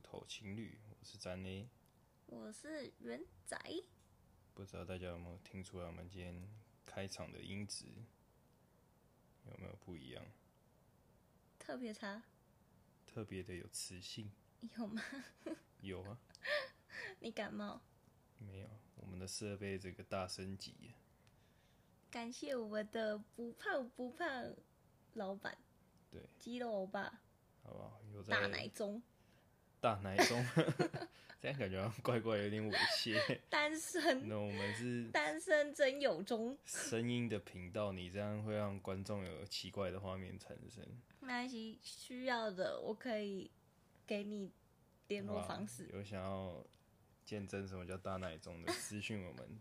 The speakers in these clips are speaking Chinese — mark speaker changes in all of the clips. Speaker 1: 小情侣，我是詹妮。
Speaker 2: 我是元仔，
Speaker 1: 不知道大家有没有听出来，我们今天开场的音质有没有不一样？
Speaker 2: 特别差，
Speaker 1: 特别的有磁性？
Speaker 2: 有吗？
Speaker 1: 有啊，
Speaker 2: 你感冒？
Speaker 1: 没有？我们的设备这个大升级耶，
Speaker 2: 感谢我们的不胖不胖老板，
Speaker 1: 对，
Speaker 2: 肌肉欧巴，
Speaker 1: 好不好？有在
Speaker 2: 大奶中，
Speaker 1: 大奶中， 这样感觉好像怪怪，有点猥 亵。
Speaker 2: 单身，
Speaker 1: 那我们是
Speaker 2: 单身真有中。
Speaker 1: 声音的频道，你这样会让观众有奇怪的画面产生。
Speaker 2: 没关系，需要的我可以给你联络
Speaker 1: 哇
Speaker 2: 方式。
Speaker 1: 有想要见证什么叫大奶中的，私讯我们。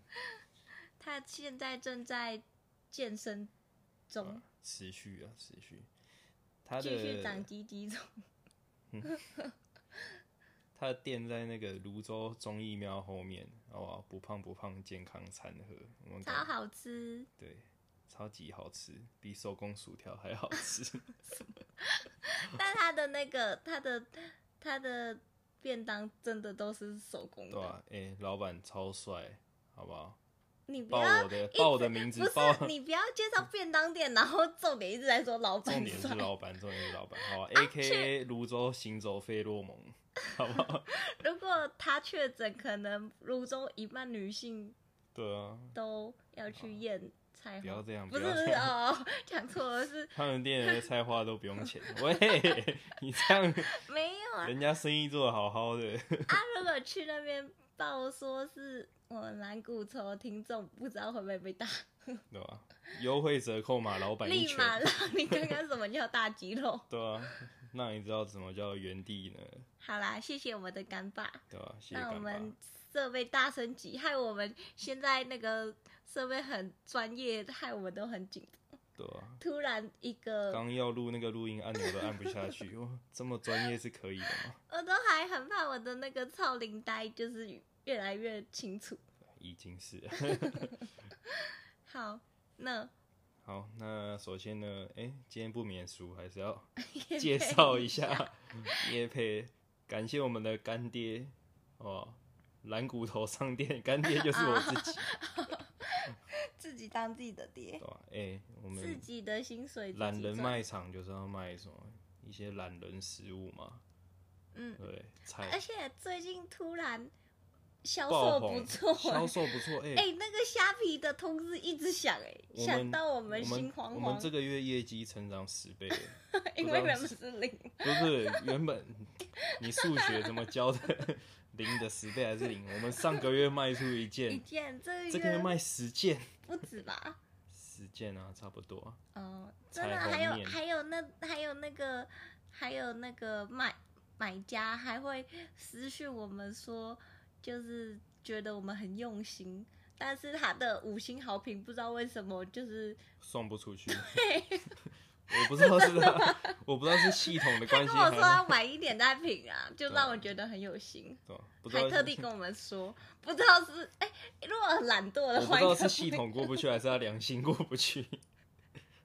Speaker 2: 他现在正在健身中，
Speaker 1: 啊持续啊，持续。他
Speaker 2: 继续长
Speaker 1: 的
Speaker 2: 鸡鸡中。
Speaker 1: 他的店在那个泸州中义庙后面，哇，不胖不胖健康餐盒，我们
Speaker 2: 超
Speaker 1: 感
Speaker 2: 好吃，
Speaker 1: 对，超级好吃，比手工薯条还好 吃。
Speaker 2: 但他的那个他的他的便当真的都是手工
Speaker 1: 对
Speaker 2: 的，
Speaker 1: 啊，哎、老板超帅，好不好？
Speaker 2: 你不
Speaker 1: 报
Speaker 2: 要
Speaker 1: 我的报我的名字
Speaker 2: 不，
Speaker 1: 报
Speaker 2: 是你不要介绍便当店，然后重点一直在说老 板
Speaker 1: 重点是
Speaker 2: 帅
Speaker 1: 老板，重点是老板，好、啊、，A K A 泸州行走费洛蒙，好不好？
Speaker 2: 如果他确诊，可能泸州一半女性
Speaker 1: 对啊，
Speaker 2: 都要去验菜
Speaker 1: 不要
Speaker 2: 花。
Speaker 1: 这样，
Speaker 2: 哎不是
Speaker 1: 要
Speaker 2: 不
Speaker 1: 这
Speaker 2: 是
Speaker 1: 样。
Speaker 2: 哦，讲错了是
Speaker 1: 他们店的菜花都不用钱，喂， 你这样
Speaker 2: 没有啊。
Speaker 1: 人家生意做的好好的，
Speaker 2: 啊，如果去那边报说是我蓝骨头听众，不知道会不会被打，
Speaker 1: 对吧？优惠折扣码，老板一
Speaker 2: 立
Speaker 1: 拳，
Speaker 2: 马让你刚刚什么叫大肌肉。
Speaker 1: 对啊，让你知道什么叫原地呢，
Speaker 2: 好啦，谢谢我们的干爸。
Speaker 1: 对吧？谢谢
Speaker 2: 那我
Speaker 1: 干爸
Speaker 2: 们。设备大升级，害我们现在那个设备很专业，害我们都很紧。
Speaker 1: 对啊，
Speaker 2: 突然一个，
Speaker 1: 刚要录那个录音按钮都按不下去， 哇，这么专业是可以的吗？
Speaker 2: 我哦都还很怕我的那个超龄呆就是越来越清楚。
Speaker 1: 已经是 了。
Speaker 2: 好，那
Speaker 1: 好，那首先呢，哎、今天不免俗，还是 要
Speaker 2: 叶
Speaker 1: 介
Speaker 2: 佩
Speaker 1: 绍一下 叶佩，感谢我们的干爹哦，蓝骨头商店干爹就是我 自己，
Speaker 2: 自己当自己的爹
Speaker 1: 对，吧、哎、我
Speaker 2: 自
Speaker 1: 们
Speaker 2: 己的薪水自己
Speaker 1: 懒人
Speaker 2: 赚。
Speaker 1: 卖场就是要卖什么一些懒人食物嘛，
Speaker 2: 嗯，
Speaker 1: 对，
Speaker 2: 而
Speaker 1: 菜
Speaker 2: 且最近突然销
Speaker 1: 爆
Speaker 2: 售不
Speaker 1: 红，
Speaker 2: 错、
Speaker 1: 销售不错，哎、
Speaker 2: 哎、那个虾皮的通知一直响、哎，
Speaker 1: 我
Speaker 2: 想
Speaker 1: 们
Speaker 2: 到我
Speaker 1: 我们
Speaker 2: 们心慌
Speaker 1: 我们
Speaker 2: 慌，
Speaker 1: 这个月业绩成长十倍，
Speaker 2: 因为人们是零，
Speaker 1: 不是原本你数学怎么教的零的十倍还是零？我 们上个月卖出一
Speaker 2: 一
Speaker 1: 件，
Speaker 2: 件这
Speaker 1: 这
Speaker 2: 个
Speaker 1: 个月
Speaker 2: 月
Speaker 1: 卖十件，
Speaker 2: 不止吧？
Speaker 1: 十件啊，差不多啊、
Speaker 2: 哦，真的
Speaker 1: 彩虹
Speaker 2: 还
Speaker 1: 面
Speaker 2: 有还有那还有那个还有那个买买家还会私讯我们说，就是觉得我们很用心，但是他的五星好评不知道为什么就是
Speaker 1: 送不出去。 我不知道是 他，我不知道是系统的关
Speaker 2: 跟
Speaker 1: 系
Speaker 2: 我
Speaker 1: 还
Speaker 2: 说啊
Speaker 1: 是
Speaker 2: 要晚一点再评 啊，就
Speaker 1: 对啊
Speaker 2: 让我觉得很有心，
Speaker 1: 对吧不知道
Speaker 2: 还特地跟我们说， 不知道是哎、如果懒惰
Speaker 1: 我
Speaker 2: 的
Speaker 1: 不
Speaker 2: 话，
Speaker 1: 知道
Speaker 2: 应该
Speaker 1: 是系统过不去还是他良心过不去，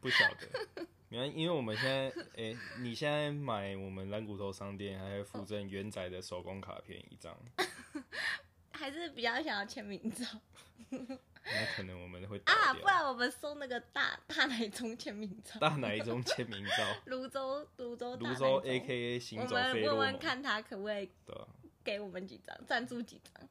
Speaker 1: 不晓得。你看，因为我们现在，哎、你现在买我们蓝骨头商店，还会附赠元仔的手工卡片 一张，
Speaker 2: 还是比较想要签名照
Speaker 1: 那可能我们会打
Speaker 2: 啊，
Speaker 1: 掉。
Speaker 2: 不然我们送那个大大奶中签名照。
Speaker 1: 大奶中签名 照，
Speaker 2: 泸州泸州大
Speaker 1: 泸
Speaker 2: 奶
Speaker 1: 州
Speaker 2: 中
Speaker 1: A K A 行
Speaker 2: 我
Speaker 1: 走
Speaker 2: 们
Speaker 1: 飞
Speaker 2: 问
Speaker 1: 洛
Speaker 2: 问
Speaker 1: 蒙，
Speaker 2: 看他可不可以
Speaker 1: 对吧、
Speaker 2: 给我们几张，赞助几张。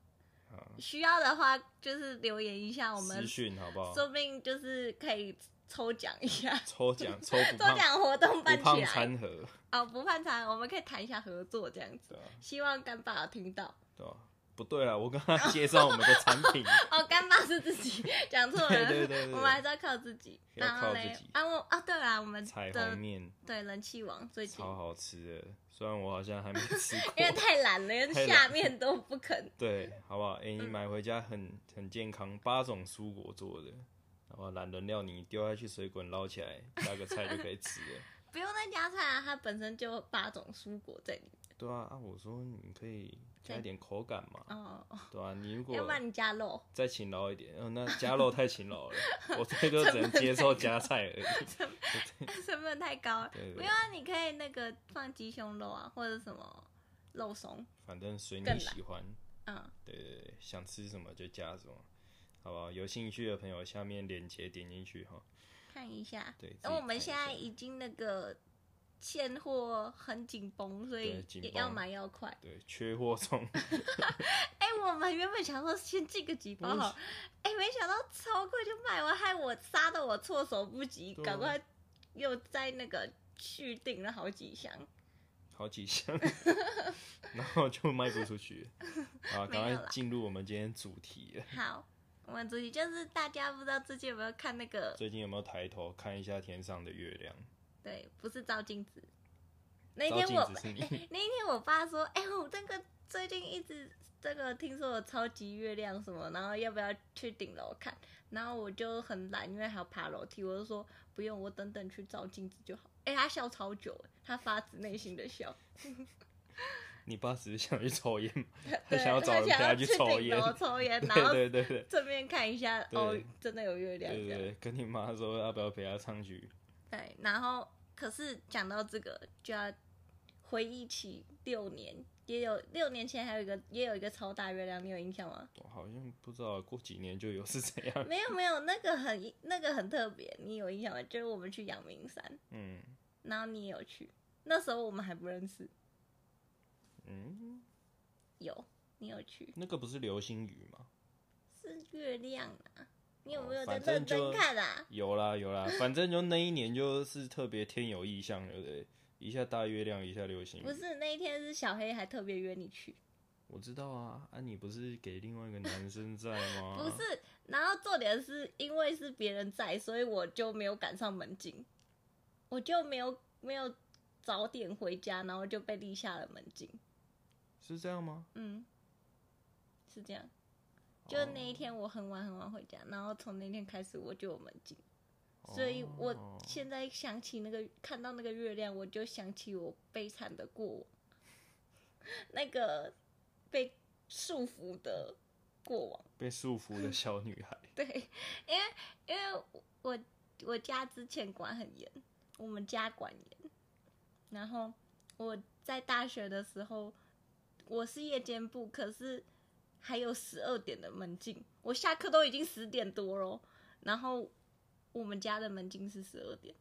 Speaker 1: 啊，
Speaker 2: 需要的话就是留言一下，我们
Speaker 1: 私讯好不好？
Speaker 2: 说不定就是可以抽奖一下，
Speaker 1: 抽 奖抽不
Speaker 2: 抽
Speaker 1: 胖
Speaker 2: 奖活动办
Speaker 1: 不
Speaker 2: 起
Speaker 1: 胖
Speaker 2: 来。
Speaker 1: 餐盒，
Speaker 2: 哦，不判餐，我们可以谈一下合作这样子
Speaker 1: 对。啊
Speaker 2: 希望干爸有听到。
Speaker 1: 对吧、不对啊，我刚刚介绍我们的产品，
Speaker 2: 哦，干爸是自己讲错 了，
Speaker 1: 对对对对对
Speaker 2: 我们还是要靠自己。
Speaker 1: 要
Speaker 2: 然后
Speaker 1: 靠
Speaker 2: 嘞
Speaker 1: 自己，
Speaker 2: 啊我啊对啦，我们
Speaker 1: 彩
Speaker 2: 的
Speaker 1: 虹面
Speaker 2: 对人气王最近，
Speaker 1: 超好吃的，虽然我好像还没 吃过
Speaker 2: 因。为太懒了，连
Speaker 1: 太懒
Speaker 2: 下面都不肯。
Speaker 1: 对，好不好？哎、你
Speaker 2: 嗯
Speaker 1: 买回家很很健康，八种蔬果做的，然后懒人料你丢下去水滚捞起来，加个菜就可以吃了。
Speaker 2: 不用再加菜啊，它本身就有八种蔬果在里面。
Speaker 1: 对啊，啊，我说你可以加一点口感嘛，
Speaker 2: 哦，
Speaker 1: 对啊，你如果
Speaker 2: 要不然你加肉，
Speaker 1: 再勤劳一点，嗯、那加肉太勤劳了，我最多只能接受加菜而已。
Speaker 2: 成本太高了。
Speaker 1: 对对
Speaker 2: 没有啊，你可以那个放鸡胸肉啊，或者什么肉松，
Speaker 1: 反正随你
Speaker 2: 更懒
Speaker 1: 喜欢。
Speaker 2: 嗯，
Speaker 1: 对对对，想吃什么就加什么，好不好？有兴趣的朋友下面链接点进去哈。
Speaker 2: 看一下。
Speaker 1: 对，
Speaker 2: 然后
Speaker 1: 自己
Speaker 2: 我
Speaker 1: 看
Speaker 2: 们
Speaker 1: 一
Speaker 2: 现
Speaker 1: 下
Speaker 2: 在已经那个现货很紧绷，所
Speaker 1: 对
Speaker 2: 以
Speaker 1: 紧
Speaker 2: 也
Speaker 1: 绷
Speaker 2: 要买要快。
Speaker 1: 对缺货中，
Speaker 2: 哎、我们原本想说先寄个几包
Speaker 1: 不是
Speaker 2: 好，哎、没想到超快就卖完，害我杀的我措手不及，
Speaker 1: 对啊
Speaker 2: 赶快又在那个续订了好几箱。
Speaker 1: 好几 箱，然后就卖不出去了。好，
Speaker 2: 没
Speaker 1: 赶
Speaker 2: 有
Speaker 1: 快
Speaker 2: 啦
Speaker 1: 进入我们今天主题了。
Speaker 2: 好，我们主题就是大家不知道最近有没有看那个，
Speaker 1: 最近有没有抬头看一下天上的月亮？
Speaker 2: 对，不是照镜子。那
Speaker 1: 照
Speaker 2: 天
Speaker 1: 镜
Speaker 2: 我
Speaker 1: 子是 你，
Speaker 2: 那一天我爸说，哎、我这个最近一直这个听说有超级月亮什么，然后要不要去顶楼看？然后我就很懒，因为还要爬楼梯，我就说不用，我等等去照镜子就好。哎、他笑超久，他发自内心的笑，
Speaker 1: 你爸只是想去抽烟吗？ 他
Speaker 2: 对，
Speaker 1: 想要找人陪
Speaker 2: 想要
Speaker 1: 去
Speaker 2: 去
Speaker 1: 抽
Speaker 2: 顶
Speaker 1: 烟
Speaker 2: 楼。抽烟，然后
Speaker 1: 对对对对
Speaker 2: 顺便看一下，
Speaker 1: 对
Speaker 2: 哦， 真的有月亮
Speaker 1: 对
Speaker 2: 这
Speaker 1: 对
Speaker 2: 样。
Speaker 1: 对，跟你妈说要不要陪她上去？
Speaker 2: 对，然后可是讲到这个，就要回忆起六年，也有六年前还有一个也有一个超大月亮，你有印象吗？
Speaker 1: 我好像不知道过几年就有是怎样。
Speaker 2: 没有没有，那个很那个很特别，你有印象吗？就是我们去阳明山，
Speaker 1: 嗯
Speaker 2: 然后你也有去，那时候我们还不认识，
Speaker 1: 嗯，
Speaker 2: 有你有去
Speaker 1: 那个不是流星雨吗？
Speaker 2: 是月亮啊，你有没有
Speaker 1: 哦
Speaker 2: 在
Speaker 1: 反正
Speaker 2: 认真
Speaker 1: 就
Speaker 2: 看啊？
Speaker 1: 有啦有 啦，反正就那一年就是特别天有异象，对不对？一下大月亮，一下流星雨。
Speaker 2: 不是那一天是小黑还特别约你去，
Speaker 1: 我知道啊，啊，你不是给另外一个男生在吗？
Speaker 2: 不是，然后重点是因为是别人在，所以我就没有赶上门禁，我就没有没有早点回家，然后就被立下了门禁。
Speaker 1: 是这样吗？
Speaker 2: 嗯，是这样。就那一天我很晚很晚回家，然后从那天开始我就有门禁，
Speaker 1: 哦，
Speaker 2: 所以我
Speaker 1: 哦
Speaker 2: 现在想起那个看到那个月亮，我就想起我悲惨的过往， 那个被束缚的过往。
Speaker 1: 被束缚的小女孩，
Speaker 2: 对，因为因为我我家之前管很严，我们家管严，然后我在大学的时候，我是夜间部，可是还有十二点的门禁，我下课都已经十点多咯，然后我们家的门禁是十二点，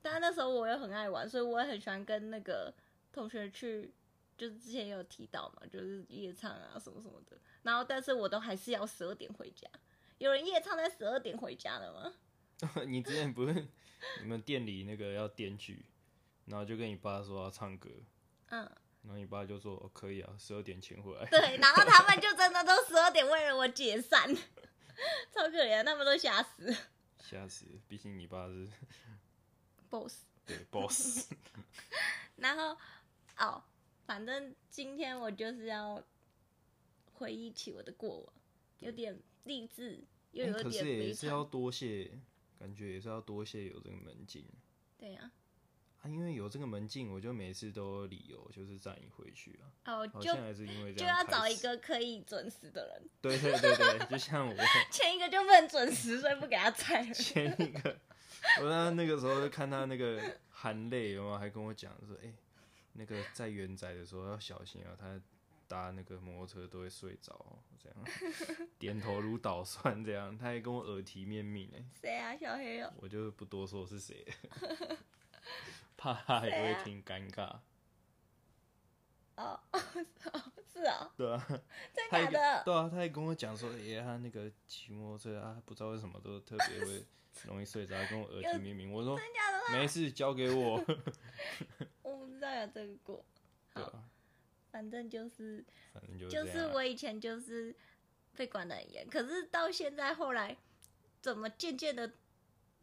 Speaker 2: 但那时候我又很爱玩，所以我也很喜欢跟那个同学去。就是之前有提到嘛，就是夜唱啊什么什么的，然后但是我都还是要十二点回家，有人夜唱在十二点回家了吗？
Speaker 1: 你之前不是你们店里那个要编剧，然后就跟你爸说要唱歌，
Speaker 2: 嗯，
Speaker 1: 然后你爸就说、哦、可以啊，十二点前回来。
Speaker 2: 对，然后他们就真的都十二点为了我解散， 超可怜，他们都吓死。
Speaker 1: 吓死！毕竟你爸是
Speaker 2: boss，
Speaker 1: 对 boss。
Speaker 2: 然后哦，反正今天我就是要回忆起我的过往，有点励志，又
Speaker 1: 欸
Speaker 2: 有
Speaker 1: 可
Speaker 2: 点
Speaker 1: 是
Speaker 2: 悲
Speaker 1: 也是要
Speaker 2: 惨。
Speaker 1: 多谢，感觉也是要多谢有这个门禁
Speaker 2: 对呀、
Speaker 1: 啊，因为有这个门禁，我就每次都有理由就是载你回去啊。
Speaker 2: 哦，
Speaker 1: 好
Speaker 2: 就
Speaker 1: 像还是因为这
Speaker 2: 就
Speaker 1: 样
Speaker 2: 要
Speaker 1: 开
Speaker 2: 找一
Speaker 1: 始。
Speaker 2: 个可以准时的人，
Speaker 1: 对对对对，就像我
Speaker 2: 前一个就不能准时，所以不给他载 了。
Speaker 1: 前一个，我那那个时候就看他那个含泪，然后还跟我讲说，哎、那个在远载的时候要小心啊，他搭那个摩托车都会睡着哦，这样点头如捣蒜这样，他还跟我耳提面命哎、
Speaker 2: 谁啊，小黑哦？
Speaker 1: 我就不多说是谁了， 怕他也
Speaker 2: 啊
Speaker 1: 会听尴尬，
Speaker 2: 哦，是哦，
Speaker 1: 对啊，
Speaker 2: 真
Speaker 1: 他
Speaker 2: 假
Speaker 1: 也
Speaker 2: 的？
Speaker 1: 对啊，他也跟我讲说，哎、他那个骑摩托车啊，不知道为什么都特别 会容易睡着，跟我耳提面命，我说
Speaker 2: 真假的？啊
Speaker 1: 没事，交给我，
Speaker 2: 我不知道有这个过，
Speaker 1: 对啊。
Speaker 2: 反正就是
Speaker 1: 反正就是
Speaker 2: 就
Speaker 1: 这
Speaker 2: 是
Speaker 1: 样啊
Speaker 2: 我以前就是被管得很严，可是到现在后来怎么渐渐的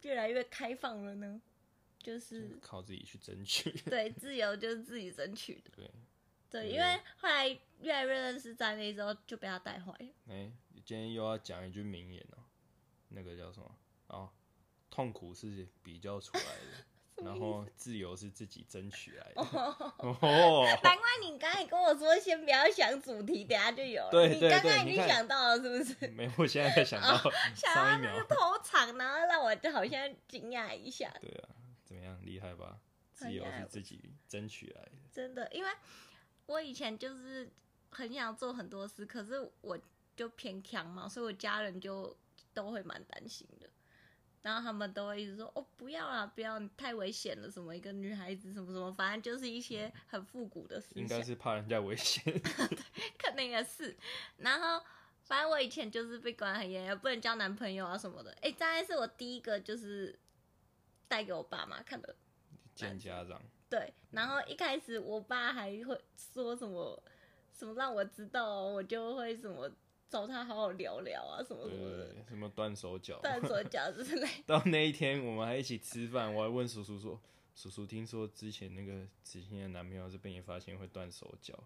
Speaker 2: 越来越开放了呢？ 就是
Speaker 1: 靠自己去争取。
Speaker 2: 对自由就是自己争取的，
Speaker 1: 对，
Speaker 2: 对，
Speaker 1: 嗯
Speaker 2: 因为后来越来越认识张力之后，就被他带坏了。
Speaker 1: 哎、今天又要讲一句名言哦、那个叫什么？哦，痛苦是比较出来 的，然后自由是自己争取来的。 哦，
Speaker 2: 难怪你刚才跟我说先不要想主题，等下就有了。
Speaker 1: 对对
Speaker 2: 你刚
Speaker 1: 对
Speaker 2: 刚
Speaker 1: 你
Speaker 2: 已经
Speaker 1: 看
Speaker 2: 想到了，是不是？
Speaker 1: 没有，我现在才想到
Speaker 2: 哦想
Speaker 1: 上
Speaker 2: 到
Speaker 1: 一
Speaker 2: 那
Speaker 1: 秒
Speaker 2: 个。头场，然后让我就好像惊讶一下。
Speaker 1: 对啊，怎么样？厉害吧？自
Speaker 2: 很厉
Speaker 1: 由
Speaker 2: 害
Speaker 1: 是
Speaker 2: 我
Speaker 1: 自己争取来的。
Speaker 2: 真的，因为我以前就是很想做很多事，可是我就偏强嘛，所以我家人就都会蛮担心的。然后他们都会一直说：“哦，不要啦，不要，你太危险了，什么一个女孩子，什么什么，反正就是一些很复古的思
Speaker 1: 嗯应
Speaker 2: 想
Speaker 1: 该，是怕人家危险。
Speaker 2: 可能也是。”然后反正我以前就是被管很严，也不能交男朋友啊什么的。哎，大概是我第一个就是带给我爸妈看的
Speaker 1: 见家 长，
Speaker 2: 对，然后一开始我爸还会说什么什么让我知道哦、我就会什么找他好好聊聊啊，什么
Speaker 1: 对
Speaker 2: 什么
Speaker 1: 对
Speaker 2: 的，
Speaker 1: 对，什么断手脚。
Speaker 2: 断手脚之类。
Speaker 1: 到那一天，我们还一起吃饭，我还问叔叔说：“叔叔，听说之前那个子欣的男朋友是被你发现会断手脚，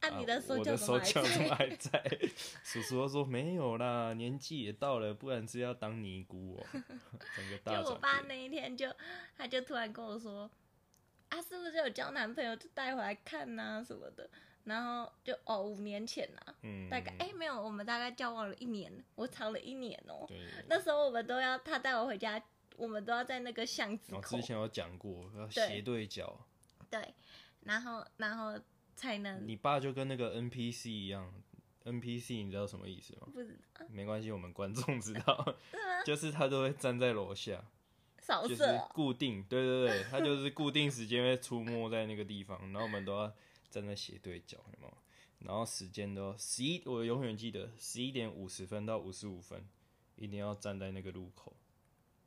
Speaker 2: 按、啊你的手
Speaker 1: 啊我
Speaker 2: 脚
Speaker 1: 的
Speaker 2: 怎么
Speaker 1: 手
Speaker 2: 来
Speaker 1: 脚 怎么
Speaker 2: 着？
Speaker 1: 还在？” 叔叔说：“没有啦，年纪也到了，不然是要当尼姑 哦、整个大
Speaker 2: 就我爸
Speaker 1: 转
Speaker 2: 那
Speaker 1: 变。
Speaker 2: 一天就他就突然跟我说，啊，是不是有交男朋友就带回来看呐、什么的。然后就哦，五年前呐、
Speaker 1: 嗯，
Speaker 2: 大概哎、没有，我们大概交往了一年，我藏了一年哦。
Speaker 1: 对，
Speaker 2: 那时候我们都要他带我回家，我们都要在那个巷子
Speaker 1: 我
Speaker 2: 口
Speaker 1: 哦之前有讲过，要
Speaker 2: 对
Speaker 1: 斜对角，
Speaker 2: 对，然后然后才能
Speaker 1: 你爸就跟那个 NPC 一样，NPC 你知道什么意思吗？
Speaker 2: 不是
Speaker 1: 没关系，我们观众知 道， 就是他都会站在楼下，
Speaker 2: 扫
Speaker 1: 就是
Speaker 2: 射哦，
Speaker 1: 固定，对对对，他 就是固定时间会出没在那个地方，然后我们都要站在斜对角，有没有？然后时间都十一，我永远记得十一点五十分到五十五分，一定要站在那个路口，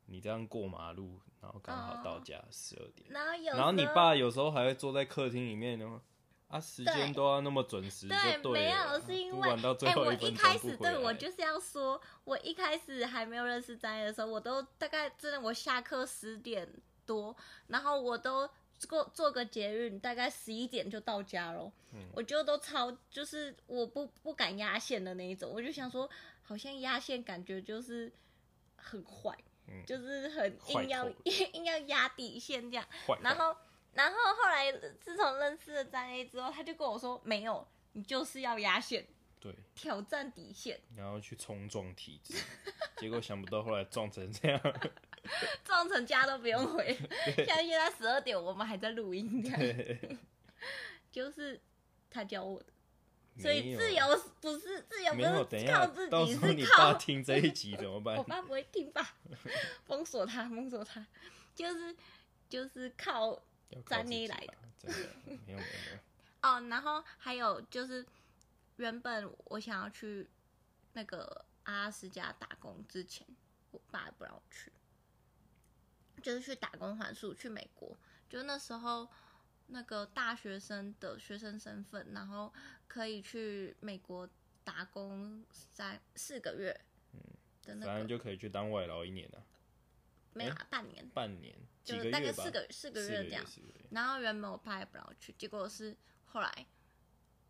Speaker 1: 你这样过马路，然后刚
Speaker 2: 哦
Speaker 1: 好到家十二点。
Speaker 2: 然后有
Speaker 1: 然后你
Speaker 2: 时候
Speaker 1: 爸有时候还会坐在客厅里面哦，啊，时间
Speaker 2: 对
Speaker 1: 都要那么准时就
Speaker 2: 对
Speaker 1: 了，
Speaker 2: 没有是因
Speaker 1: 不
Speaker 2: 为
Speaker 1: 管到最
Speaker 2: 哎、
Speaker 1: 后
Speaker 2: 我
Speaker 1: 一
Speaker 2: 一
Speaker 1: 分
Speaker 2: 开
Speaker 1: 钟不
Speaker 2: 始
Speaker 1: 回
Speaker 2: 对我
Speaker 1: 来
Speaker 2: 就是要说，我一开始还没有认识张毅的时候，我都大概真的我下课十点多，然后我都坐坐个捷运，大概十一点就到家了，
Speaker 1: 嗯
Speaker 2: 我就都超就是我不不敢压线的那一种，我就想说好像压线感觉就是很坏，
Speaker 1: 嗯
Speaker 2: 就是很
Speaker 1: 坏
Speaker 2: 硬要
Speaker 1: 透
Speaker 2: 硬要压底线这样。
Speaker 1: 坏
Speaker 2: 然
Speaker 1: 坏
Speaker 2: 后，然后后来自从认识了张 A 之后，他就跟我说，没有，你就是要压线，
Speaker 1: 对，
Speaker 2: 挑战底线，
Speaker 1: 然后去冲撞体制，结果想不到后来撞成这样。
Speaker 2: 撞成家都不用 回。像现在十二点，我们还在录音这样，就是他教我的。 所
Speaker 1: 没
Speaker 2: 以
Speaker 1: 有啊
Speaker 2: 自由不是自由，不
Speaker 1: 没有，等一
Speaker 2: 是
Speaker 1: 下
Speaker 2: 靠自，
Speaker 1: 到
Speaker 2: 己，
Speaker 1: 时候你
Speaker 2: 是
Speaker 1: 爸
Speaker 2: 靠
Speaker 1: 听这一集怎么办
Speaker 2: 我？爸不会听吧？封锁他，封锁他，就是就是靠
Speaker 1: 要靠
Speaker 2: 詹
Speaker 1: 自己
Speaker 2: 妮来
Speaker 1: 吧，真的没有没有没有，
Speaker 2: 哦，然后还有就是，原本我想要去那个阿拉斯加打工之前，我爸不让我去，就是去打工还宿，去美国。就那时候那个大学生的学生身份，然后可以去美国打工三四个月，的
Speaker 1: 嗯
Speaker 2: 那
Speaker 1: 反正
Speaker 2: 个
Speaker 1: 就可以去当外劳一年啊，
Speaker 2: 没有啊半年，
Speaker 1: 半年几
Speaker 2: 就
Speaker 1: 个
Speaker 2: 是大概
Speaker 1: 月吧，
Speaker 2: 四个四个
Speaker 1: 四
Speaker 2: 月这样。
Speaker 1: 四个月
Speaker 2: 然后原本我爸也不让我去，结果是后来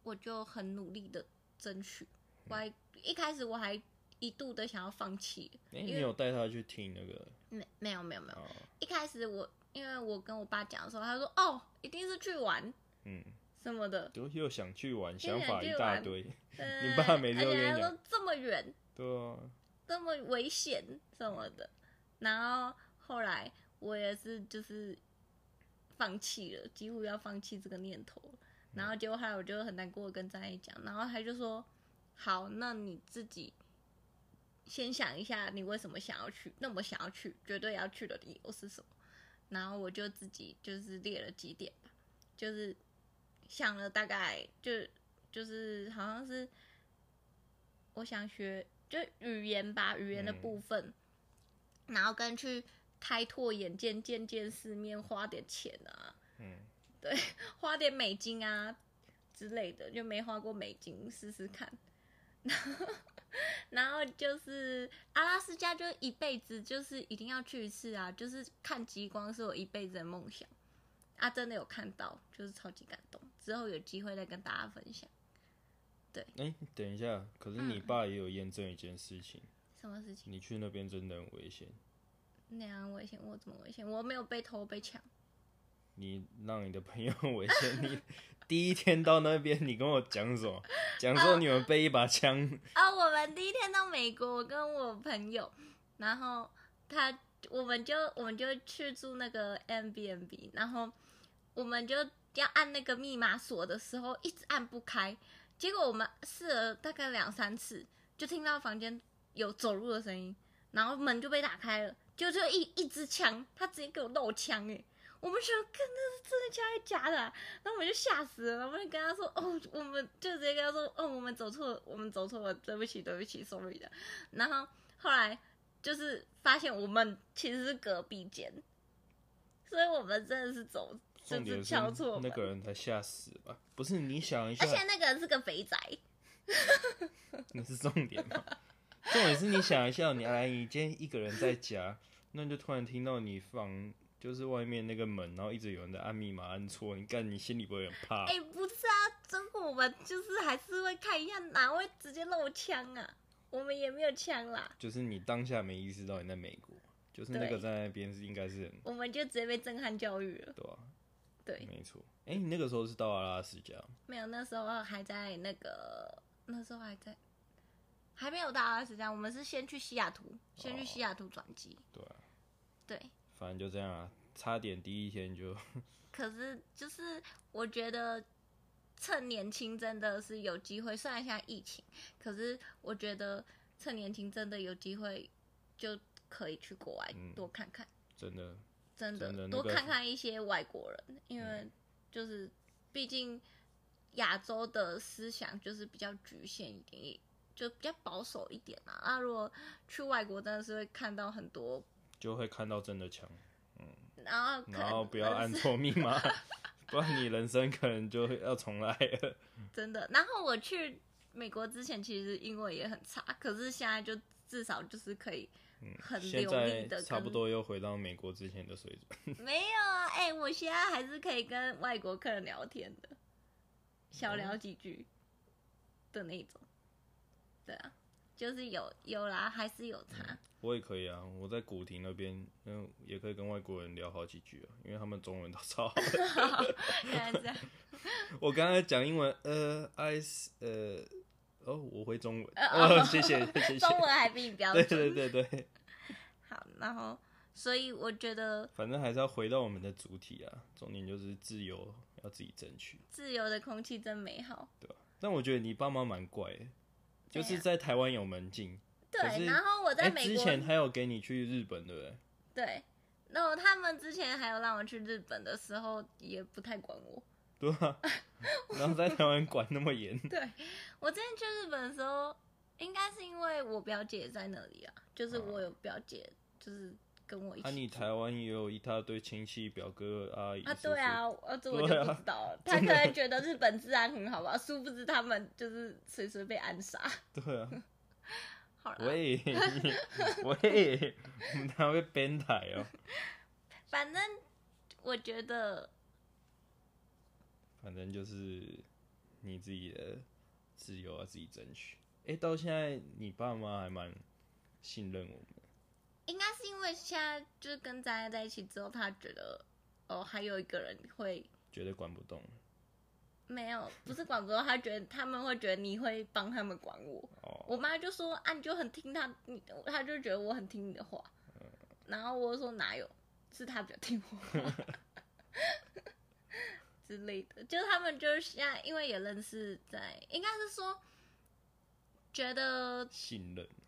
Speaker 2: 我就很努力的争取，
Speaker 1: 嗯
Speaker 2: 我还一开始我还一度的想要放弃，
Speaker 1: 哎，
Speaker 2: 因
Speaker 1: 你
Speaker 2: 为
Speaker 1: 有带他去听那个
Speaker 2: 没没有没有没有，
Speaker 1: 啊？
Speaker 2: 一开始我因为我跟我爸讲的时候，他说哦一定是去玩
Speaker 1: 嗯，
Speaker 2: 什么的，
Speaker 1: 就又想去玩，
Speaker 2: 又
Speaker 1: 想
Speaker 2: 想
Speaker 1: 法
Speaker 2: 去
Speaker 1: 一大
Speaker 2: 玩
Speaker 1: 堆，
Speaker 2: 你
Speaker 1: 爸每次都
Speaker 2: 呃
Speaker 1: 跟
Speaker 2: 而
Speaker 1: 你
Speaker 2: 且他
Speaker 1: 讲
Speaker 2: 说这么远，
Speaker 1: 对啊，
Speaker 2: 这么危险什么的。然后后来我也是就是放弃了，几乎要放弃这个念头了。然后结果后来我就很难过，跟张毅讲，然后他就说：“好，那你自己先想一下，你为什么想要去，那么想要去，绝对要去的理由是什么？”然后我就自己就是列了几点吧，就是想了大概就就是好像是我想学就语言吧，语言的
Speaker 1: 嗯
Speaker 2: 部分，然后跟去开拓眼界、见见世面，花点钱啊，
Speaker 1: 嗯，
Speaker 2: 花点美金啊之类的，就没花过美金，试试看。 然后，然后就是阿拉斯加，就一辈子就是一定要去一次啊！就是看极光是我一辈子的梦想啊，真的有看到，就是超级感动。之后有机会再跟大家分享
Speaker 1: 哎，等一下，可是你
Speaker 2: 嗯
Speaker 1: 爸也有验证一件事情，
Speaker 2: 什么事情。
Speaker 1: 你去那边真的很危险，
Speaker 2: 那样危险，我怎么危险？我没有被偷被抢。
Speaker 1: 你让你的朋友危 险你。第一天到那边，你跟我讲什么？讲说你们背一把 枪，
Speaker 2: 啊，我们第一天到美国，我跟我朋友，然后他我们就我们就去住那个 M B N B，然后我们就要按那个密码锁的时候，一直按不开。结果我们试了大概两三次，就听到房间有走路的声音，然后门就被打开了，就就一一支枪，他直接给我漏枪哎、我们想，看那是真的假的假的啊、然后我们就吓死了，然后我们就跟他说，哦，我们就直接跟他说，哦，我们走错了，我们走错了，对不起，对不起，sorry 的。然后后来就是发现我们其实是隔壁间，所以我们真的是走，就
Speaker 1: 重点是
Speaker 2: 敲错
Speaker 1: 那
Speaker 2: 门。
Speaker 1: 个人才吓死吧？不是，你想一下
Speaker 2: 而，且那个人是个肥宅，
Speaker 1: 那是重点吗？重点是你想一下，你来，你今天一个人在家，那你就突然听到你房就是外面那个门，然后一直有人在按密码按错，你干，你心里不会很怕？
Speaker 2: 哎、不是啊，真的我们就是还是会看一下，哪会直接漏枪啊？我们也没有枪啦，
Speaker 1: 就是你当下没意识到你在美国，就是那个
Speaker 2: 对
Speaker 1: 在那边是应该是很
Speaker 2: 我们就直接被震撼教育了。
Speaker 1: 对啊，
Speaker 2: 对，
Speaker 1: 没错。哎、你那个时候是到阿拉斯加吗，
Speaker 2: 没有，那时候还在那个，那时候还在，还没有到阿拉斯加，我们是先去西雅图，先去西雅图转机。
Speaker 1: 对啊，
Speaker 2: 对，
Speaker 1: 反正就这样啊，差点第一天就
Speaker 2: 可是就是我觉得趁年轻真的是有机会，虽然现在疫情，可是我觉得趁年轻真的有机会就可以去国外
Speaker 1: 嗯
Speaker 2: 多看看，
Speaker 1: 真的
Speaker 2: 真的
Speaker 1: 真的那
Speaker 2: 多
Speaker 1: 个嗯
Speaker 2: 看看一些外国人，因为就是毕竟亚洲的思想就是比较局限一点，也就比较保守一点啊。那如果去外国，真的是会看到很多，
Speaker 1: 就会看到真的枪，
Speaker 2: 然后可能
Speaker 1: 然后不要按错密码，不然你人生可能就要重来了。
Speaker 2: 真的。然后我去美国之前，其实英文也很差，可是现在就至少就是可以很
Speaker 1: 嗯现
Speaker 2: 流利
Speaker 1: 在
Speaker 2: 的，
Speaker 1: 差不。多又回到美国之前的水准，
Speaker 2: 没有啊，哎、我现在还是可以跟外国客人聊天的，小聊几句的那种。对啊，就是有有啦，还是有差。
Speaker 1: 我也可以啊。我在古亭那边，嗯，也可以跟外国人聊好几句啊，因为他们中文都超好。嗯
Speaker 2: 现在这样，
Speaker 1: 我刚才讲英文，呃，I 呃，哦，我会中文，
Speaker 2: 呃
Speaker 1: 哦，谢谢 谢谢。
Speaker 2: 中文还比你标
Speaker 1: 对
Speaker 2: 准。
Speaker 1: 对对对，
Speaker 2: 好，然后所以我觉得
Speaker 1: 反正还是要回到我们的主体啊，重点就是自由要自己争取。
Speaker 2: 自由的空气真美好。
Speaker 1: 但我觉得你爸妈蛮怪的，就
Speaker 2: 怎
Speaker 1: 是
Speaker 2: 样
Speaker 1: 在台湾有门禁，可是
Speaker 2: 对，然后啊我
Speaker 1: 哎、
Speaker 2: 在美
Speaker 1: 之
Speaker 2: 国、
Speaker 1: 前他有给你去日本，对不 对？
Speaker 2: 对，然后他们之前还有让我去日本的时候，也不太管我。
Speaker 1: 对 啊，然后在台湾管那么严，
Speaker 2: 对我之前去日本的时候，应该是因为我表姐也在那里啊，就是我有表姐，就是跟我一
Speaker 1: 哦啊，
Speaker 2: 起
Speaker 1: 你台湾也有一大堆亲戚、表哥、阿姨
Speaker 2: 啊，对，啊，呃，这我就
Speaker 1: 对啊
Speaker 2: 不知道 了。他可能觉得日本治安很好吧，殊不知他们就是随随被暗杀。
Speaker 1: 叔叔对啊，
Speaker 2: 好了，
Speaker 1: 喂 喂，我们台湾会编台哦、
Speaker 2: 反正我觉得
Speaker 1: 反正就是你自己的自由啊要自己争取。哎、到现在你爸妈还蛮信任我们，
Speaker 2: 应该是因为现在就是跟张爱在一起之后，他觉得哦，还有一个人会
Speaker 1: 绝对管不动
Speaker 2: 没有，不是广州，他觉得他们会觉得你会帮他们管我。
Speaker 1: 哦。
Speaker 2: 我妈就说啊，你就很听他，你他就觉得我很听你的话。
Speaker 1: 嗯
Speaker 2: 然后我就说哪有，是他比较听我 话之类的。就是他们就是现在，因为也认识在，应该是说觉得
Speaker 1: 信任啊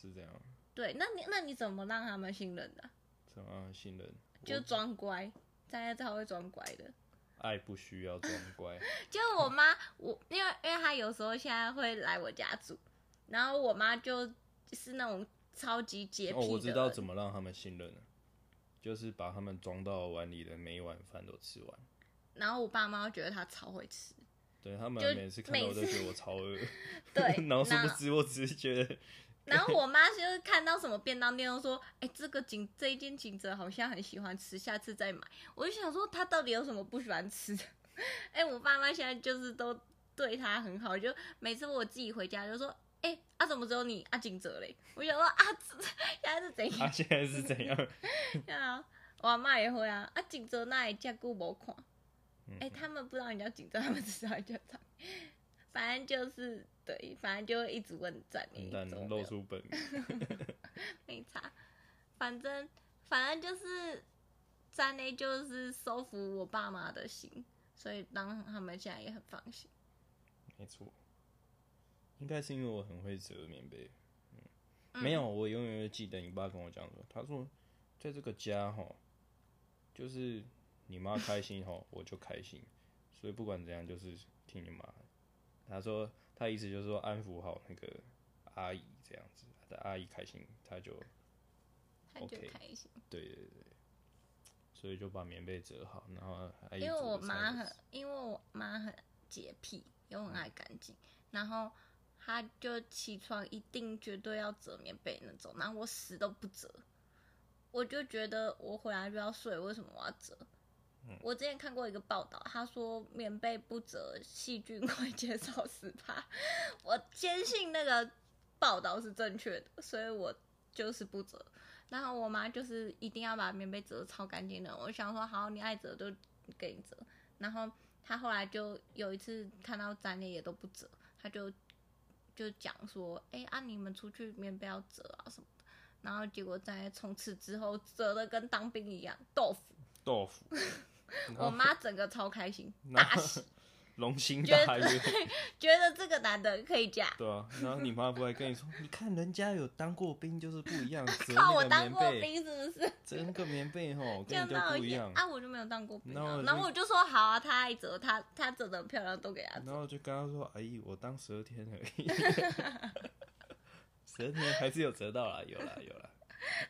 Speaker 1: 是这样，啊
Speaker 2: 对。那你那你怎么让他们信任的啊、
Speaker 1: 怎么样信任？
Speaker 2: 就
Speaker 1: 我
Speaker 2: 装乖，大家超会装乖的。
Speaker 1: 爱不需要装 乖，
Speaker 2: 就我妈，我因为因为她有时候现在会来我家住，然后我妈就是那种超级洁癖的
Speaker 1: 哦，
Speaker 2: 人、
Speaker 1: 我知道怎么让他们信任了，啊就是把他们装到碗里的每一碗饭都吃完。
Speaker 2: 然后我爸妈觉得她超会吃，
Speaker 1: 对他们
Speaker 2: 就
Speaker 1: 每次看到我
Speaker 2: 每
Speaker 1: 都
Speaker 2: 次
Speaker 1: 觉得我超饿，
Speaker 2: 对
Speaker 1: 然后殊
Speaker 2: 那
Speaker 1: 不知我只是觉得
Speaker 2: 然后我妈就是看到什么便当店都说，哎、这个景这一间景泽好像很喜欢吃，下次再买。我就想说她到底有什么不喜欢吃 的？哎、我爸妈现在就是都对她很好，就每次我自己回家就说，哎、啊怎么只有你啊景泽嘞？我就想说啊，这现在是怎样？
Speaker 1: 他现在是怎 样。
Speaker 2: 对啊，我阿妈也会啊。啊，锦州那里照顾无看，
Speaker 1: 嗯
Speaker 2: 哎、他们不知道你叫锦州，他们只知道你叫张。反正就是对，反正就会一直问赞
Speaker 1: 笨
Speaker 2: 你，
Speaker 1: 蛋
Speaker 2: 怎么没
Speaker 1: 露
Speaker 2: 有
Speaker 1: 出本名，
Speaker 2: 没差。反正反正就是詹内就是收服我爸妈的心，所以让他们现在也很放心。
Speaker 1: 没错，应该是因为我很会折棉被。嗯，没有，我永远会记得你爸跟我讲说，他说在这个家吼，就是你妈开心吼，我就开心，所以不管怎样就是听你妈的。他说他意思就是说安抚好那个阿姨这样子，他的阿姨开心他就
Speaker 2: 他就
Speaker 1: OK
Speaker 2: 开心
Speaker 1: 对对对，所以就把棉被折好，然后还
Speaker 2: 因为我妈很，因为我妈很洁癖，又很爱干净，然后她就起床一定绝对要折棉被那种，然后我死都不折，我就觉得我回来就要睡，为什么我要折？我之前看过一个报道，他说棉被不折，细菌会减少十趴。我坚信那个报道是正确的，所以我就是不折。然后我妈就是一定要把棉被折得超干净的。我想说，好，你爱折就给你折。然后她后来就有一次看到展脸也都不折，她就就讲说，哎、啊你们出去棉被要折啊什么的。然后结果在从此之后折的跟当兵一样，豆腐。
Speaker 1: 豆腐，
Speaker 2: 我妈整个超开心，
Speaker 1: 然
Speaker 2: 大
Speaker 1: 后
Speaker 2: 喜，
Speaker 1: 龙心
Speaker 2: 觉
Speaker 1: 大
Speaker 2: 得
Speaker 1: 悦。
Speaker 2: 觉得这个男的可以嫁。
Speaker 1: 对啊，然后你妈不还跟你说，你看人家有当过兵就是不一样，折
Speaker 2: 靠，
Speaker 1: 那
Speaker 2: 我
Speaker 1: 个
Speaker 2: 当
Speaker 1: 棉
Speaker 2: 过
Speaker 1: 被，
Speaker 2: 兵是不是？
Speaker 1: 折那个棉被吼，
Speaker 2: 就
Speaker 1: 跟人家
Speaker 2: 闹
Speaker 1: 不一
Speaker 2: 些
Speaker 1: 样。
Speaker 2: 啊，我就没有当过兵、
Speaker 1: 然后我
Speaker 2: 啊。
Speaker 1: 就
Speaker 2: 然后我就说好啊，他爱折，他他折的漂亮，都给他折。
Speaker 1: 然后就跟他说，哎，我当十二天而已，十二天还是有折到啦，有啦有啦，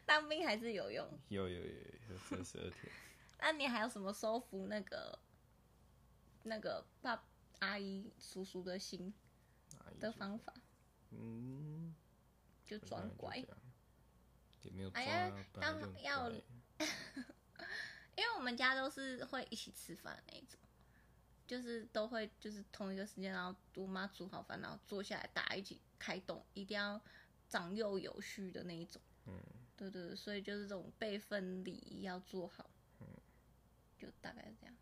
Speaker 2: 当兵还是有用。
Speaker 1: 有有有有有折十二天。
Speaker 2: 那你还有什么收服那个那个爸阿姨叔叔的心
Speaker 1: 哪一
Speaker 2: 的
Speaker 1: 组
Speaker 2: 方法？
Speaker 1: 嗯，
Speaker 2: 就
Speaker 1: 好像
Speaker 2: 装
Speaker 1: 就
Speaker 2: 乖，
Speaker 1: 这样，也没有
Speaker 2: 哎
Speaker 1: 装
Speaker 2: 呀
Speaker 1: 啊，本来
Speaker 2: 当
Speaker 1: 就很
Speaker 2: 要
Speaker 1: 乖
Speaker 2: 因为我们家都是会一起吃饭那一种，就是都会就是同一个时间，然后我妈煮好饭，然后坐下来大家一起开动，一定要长幼有序的那一种。
Speaker 1: 嗯，
Speaker 2: 对对对，所以就是这种辈分礼仪要做好。
Speaker 1: 嗯
Speaker 2: 就大概是这样。